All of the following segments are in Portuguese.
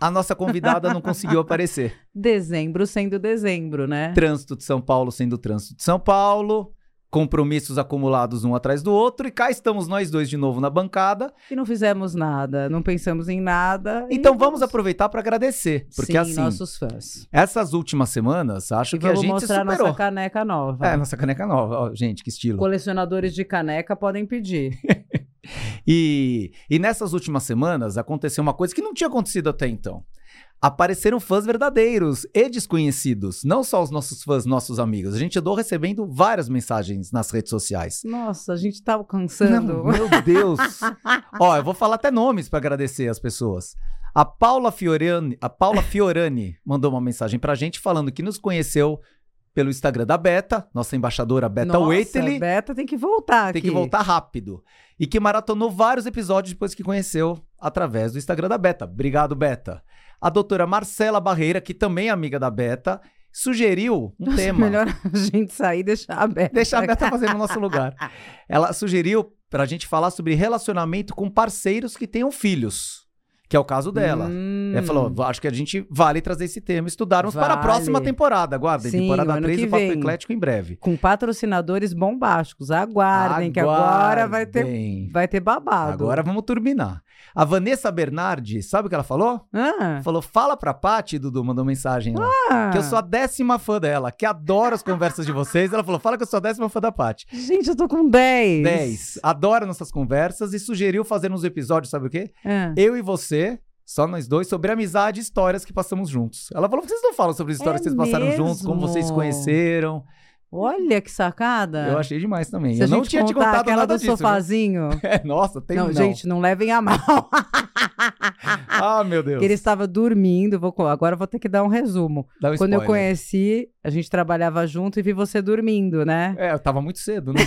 a nossa convidada não conseguiu aparecer. Dezembro sendo dezembro, né? Trânsito de São Paulo sendo trânsito de São Paulo, compromissos acumulados um atrás do outro, e cá estamos nós dois de novo na bancada. E não fizemos nada, não pensamos em nada. e Então vamos aproveitar para agradecer, porque Sim, assim, nossos fãs. essas últimas semanas, acho e que a vamos gente mostrar a superou. nossa caneca nova. É, nossa caneca nova, ó, gente, que estilo. Colecionadores de caneca podem pedir. E, e nessas últimas semanas aconteceu uma coisa que não tinha acontecido até então. Apareceram fãs verdadeiros e desconhecidos, não só os nossos fãs, nossos amigos. A gente andou recebendo várias mensagens nas redes sociais. Nossa, a gente tá Não, alcançando. meu Deus! Ó, eu vou falar até nomes para agradecer as pessoas. A Paula Fiorani, a Paula Fiorani mandou uma mensagem pra gente falando que nos conheceu pelo Instagram da Beta, nossa embaixadora Beta Nossa, Waitley. Beta tem que voltar Tem aqui. que voltar rápido. E que maratonou vários episódios depois que conheceu através do Instagram da Beta. Obrigado, Beta. A doutora Marcela Barreira, que também é amiga da Beta, sugeriu um tema. É Melhor a gente sair e deixar aberto. Deixa a Beta fazer no nosso lugar. Ela sugeriu pra gente falar sobre relacionamento com parceiros que tenham filhos, que é o caso dela. Hum, Ela falou, acho que a gente vale trazer esse tema, estudarmos para a Vale. próxima temporada. Aguardem, Sim, temporada ano 3 que do Papo vem. Eclético em breve. Com patrocinadores bombásticos. Aguardem, que agora vai ter, Aguardem. vai ter babado. Agora vamos turbinar. A Vanessa Bernardi, sabe o que ela falou? Ah, Falou, fala pra Paty, Dudu, mandou mensagem lá. Que eu sou a décima fã dela, que adora as conversas de vocês. Ela falou, fala que eu sou a décima fã da Paty. Gente, eu tô com 10. 10. Adora nossas conversas e sugeriu fazer uns episódios, sabe o quê? Ah. Eu e você, só nós dois, sobre amizade e histórias que passamos juntos. Ela falou, vocês não falam sobre as histórias É que vocês passaram juntos, como mesmo? vocês se conheceram. Olha que sacada. Eu achei demais também. Se eu a não gente tinha te contar contado aquela nada do disso. viu? sofazinho. É, nossa, tem não, gente, não levem a mal. Ah, meu Deus. Que ele estava dormindo. Vou, co- agora eu vou ter que dar um resumo. Dá um Quando eu spoiler. conheci, a gente trabalhava junto e vi você dormindo, né? É, eu tava muito cedo, né?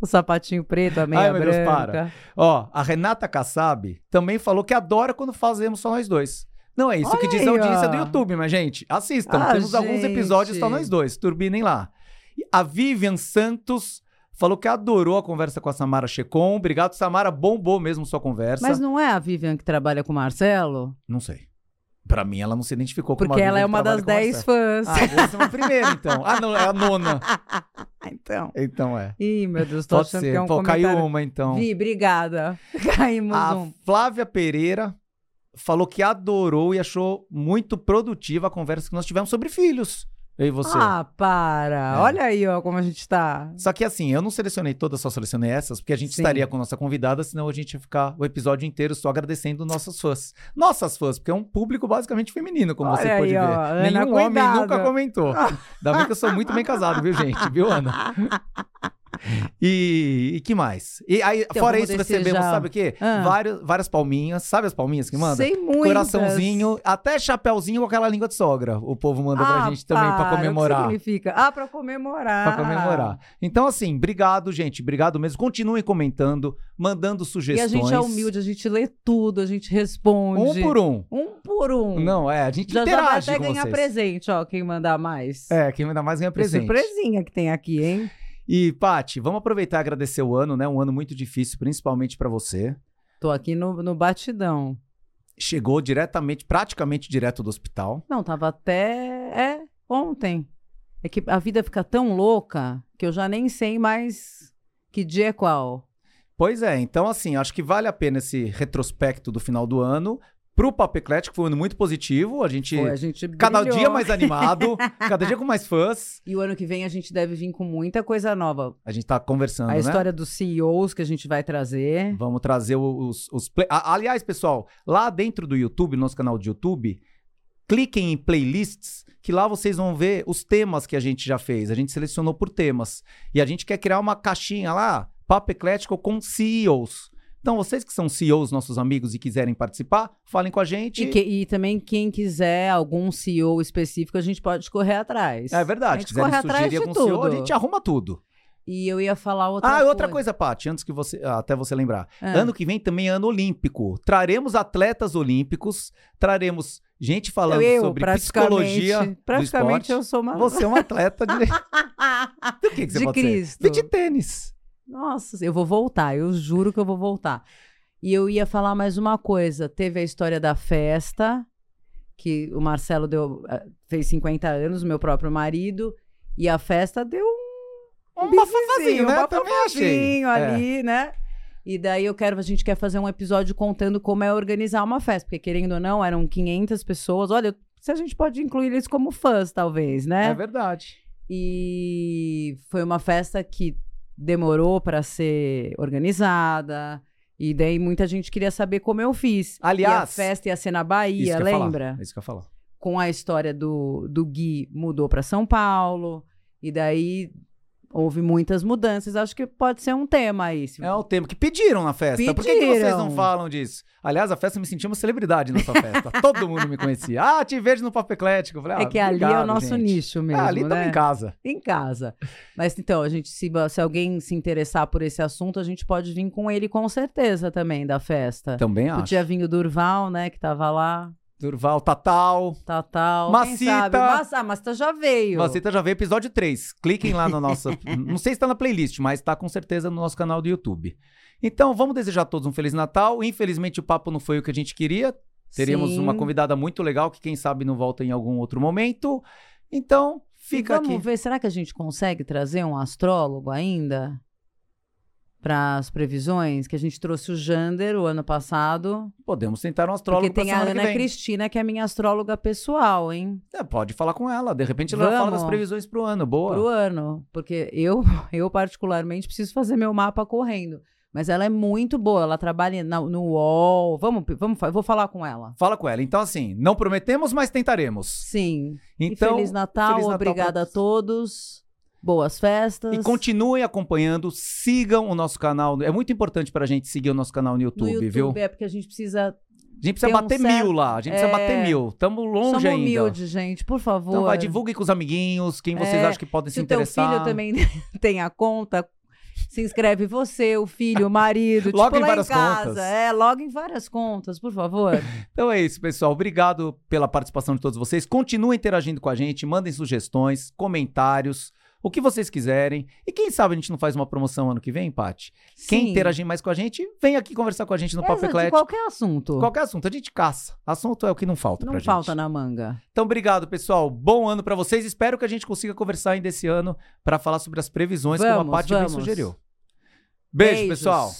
O sapatinho preto, a meia Ai, meu branca. Deus, para. Ó, a Renata Kassab também falou que adora quando fazemos só nós dois. Não é isso que Olha diz aí, a audiência ó. do YouTube, mas, gente, assistam. Ah, Temos alguns gente. episódios só nós dois. Turbinem lá. E A Vivian Santos falou que adorou a conversa com a Samara Checon. Obrigado, Samara. Bombou mesmo sua conversa. Mas não é a Vivian que trabalha com o Marcelo? Não sei. Pra mim, ela não se identificou com Porque ela é uma das 10 dez fãs. Ah, essa é a primeira, então. Ah, não, é a nona. então. Então é. Ih, meu Deus, tô Pode achando que é ser. um Pô, comentário. caiu Ah, uma, então. Vi, obrigada. Caímos A um. Flávia Pereira falou que adorou e achou muito produtiva a conversa que nós tivemos sobre filhos. Eu e você. Ah, para. É. Olha aí, ó, como a gente tá. Só que assim, eu não selecionei todas, só selecionei essas, porque a gente Sim. estaria com nossa convidada, senão a gente ia ficar o episódio inteiro só agradecendo nossas fãs. Nossas fãs, porque é um público basicamente feminino, como Olha você pode aí, ver. ó, Ana, Nenhum homem cuidado. nunca comentou. Ainda bem que eu sou muito bem casado, viu, gente? Viu, Ana? E, e que mais? E aí, Então, fora vamos isso, descer recebemos, já. sabe o quê? Ah. Vários- várias palminhas. Sabe as palminhas que manda? Sem muitas. Coraçãozinho, até chapéuzinho com aquela língua de sogra. O povo manda pra Ah, gente também para, pra O que comemorar. significa? Ah, pra comemorar. Pra comemorar. Então, assim, obrigado, gente. Obrigado mesmo. Continuem comentando, mandando E a sugestões. gente é humilde, a gente lê tudo, a gente responde. Um por um. Um por um. Não, é, a gente já, já vai interage até com ganhar vocês. presente, ó, quem mandar mais. É, quem manda mais ganha presente. Surpresinha que tem aqui, hein? E, Pati, vamos aproveitar e agradecer o ano, né? Um ano muito difícil, principalmente pra você. Tô aqui no, no batidão. Chegou diretamente, praticamente direto do hospital. Não, tava até. É, ontem. É que a vida fica tão louca que eu já nem sei mais que dia é qual. Pois é, então assim, acho que vale a pena esse retrospecto do final do ano. Pro Papo Eclético foi um ano muito positivo, a gente... Pô, a gente Cada brilhou. dia é mais animado, cada dia com mais fãs. E o ano que vem a gente deve vir com muita coisa nova. A gente tá conversando, a né? história dos CEOs que a gente vai trazer. Vamos trazer os, os play- Ah, Aliás, pessoal, lá dentro do YouTube, nosso canal de YouTube, cliquem em playlists, que lá vocês vão ver os temas que a gente já fez. A gente selecionou por temas. E a gente quer criar uma caixinha lá, papo eclético com CEOs. Então, vocês que são CEOs, nossos amigos, e quiserem participar, falem com a gente. E, que- e também quem quiser algum CEO específico, a gente pode correr atrás. É A verdade, gente quiserem corre atrás sugerir de algum tudo. CEO, a gente arruma tudo. E eu ia falar outra ah, coisa. outra coisa, Paty, antes que você. ah, Até você lembrar. Ah, Ano que vem também é ano olímpico. Traremos atletas olímpicos, traremos gente falando eu, sobre praticamente- psicologia Praticamente do eu esporte. sou uma... Você é um atleta de... Do que, que você De pode Cristo. ser? De tênis. Nossa, eu vou voltar, eu juro que eu vou voltar. E eu ia falar mais uma coisa. Teve a história da festa, que o Marcelo deu, eh, fez 50 anos, meu próprio marido, e a festa deu um, Um bafafazinho, bifezinho, né? Um Também achei. é. bafafazinho ali, né? E daí eu quero, a gente quer fazer um episódio contando como é organizar uma festa, porque querendo ou não, eram 500 pessoas. Olha, se a gente pode incluir eles como fãs, talvez, né? É verdade. E foi uma festa que demorou para ser organizada. E daí muita gente queria saber como eu fiz. e a Aliás, festa ia ser na isso Bahia, que eu ia lembra? falar, Isso que eu ia falar. Com a história do, do Gui mudou para São Paulo. E daí houve muitas mudanças. Acho que pode ser um tema aí. se- É o tema que pediram na festa. Por que, que vocês Pediram. não falam disso? Aliás, a festa eu me sentia uma celebridade na sua festa. Todo mundo me conhecia. Ah, te vejo no Papo Eclético. Eu Falei, É ah, que ali é o obrigado, nosso gente. nicho mesmo. Ah, ali né? estamos em casa. em casa. Mas então, a gente, se, se alguém se interessar por esse assunto, a gente pode vir com ele com certeza também da festa. Também acho. Podia vir o Durval, né, que tava lá, Durval, Tatal. Tatal. Macita! Quem sabe? Mas, ah, Macita já veio. Macita já veio episódio 3. Cliquem lá na nossa. não sei se tá na playlist, mas tá com certeza no nosso canal do YouTube. Então, vamos desejar a todos um Feliz Natal. Infelizmente, o papo não foi o que a gente queria. Teríamos Sim. uma convidada muito legal que, quem sabe, não volta em algum outro momento. Então, fica Vamos aqui. ver, será que a gente consegue trazer um astrólogo ainda? Para as previsões, que a gente trouxe o Jander o ano passado. Podemos tentar um astrólogo Porque pra tem a semana que Ana vem. Cristina, que é minha astróloga pessoal, hein? É, pode falar com ela. De repente ela fala Vamos. das previsões pro ano. Boa. pro ano, porque eu, eu particularmente preciso fazer meu mapa correndo. Mas ela é muito boa, ela trabalha na- no UOL. Vamos, vamos, fa- vou falar com ela. Fala com ela. Então, assim, não prometemos, mas tentaremos. Sim. Então, e Feliz Natal, Feliz Natal obrigada pra a todos. Boas festas. E continuem acompanhando, sigam o nosso canal. É muito importante pra gente seguir o nosso canal no no YouTube, YouTube, viu? é porque a gente precisa. A gente precisa Tem um bater certo- mil lá. A gente precisa É. bater mil. Tamo longe Somos ainda. humildes, gente, por favor. Então vai, divulguem com os amiguinhos, quem vocês É, acham que podem se se o teu interessar. filho também tem a conta, se inscreve você, o filho, o marido, Logo tipo, em lá várias em casa. contas. É, logo em várias contas, por favor. Então é isso, pessoal. Obrigado pela participação de todos vocês. Continuem interagindo com a gente, mandem sugestões, comentários, o que vocês quiserem. E quem sabe a gente não faz uma promoção ano que vem, Paty? Quem Sim. interagir mais com a gente, vem aqui conversar com a gente no Essa Papo de Eclético. qualquer assunto. Qualquer assunto, a gente caça. Assunto é o que não falta Não pra falta gente. na manga. Então, obrigado, pessoal. Bom ano pra vocês. Espero que a gente consiga conversar ainda esse ano pra falar sobre as previsões como a Vamos, Paty bem vamos. sugeriu. Beijo, Beijos. pessoal.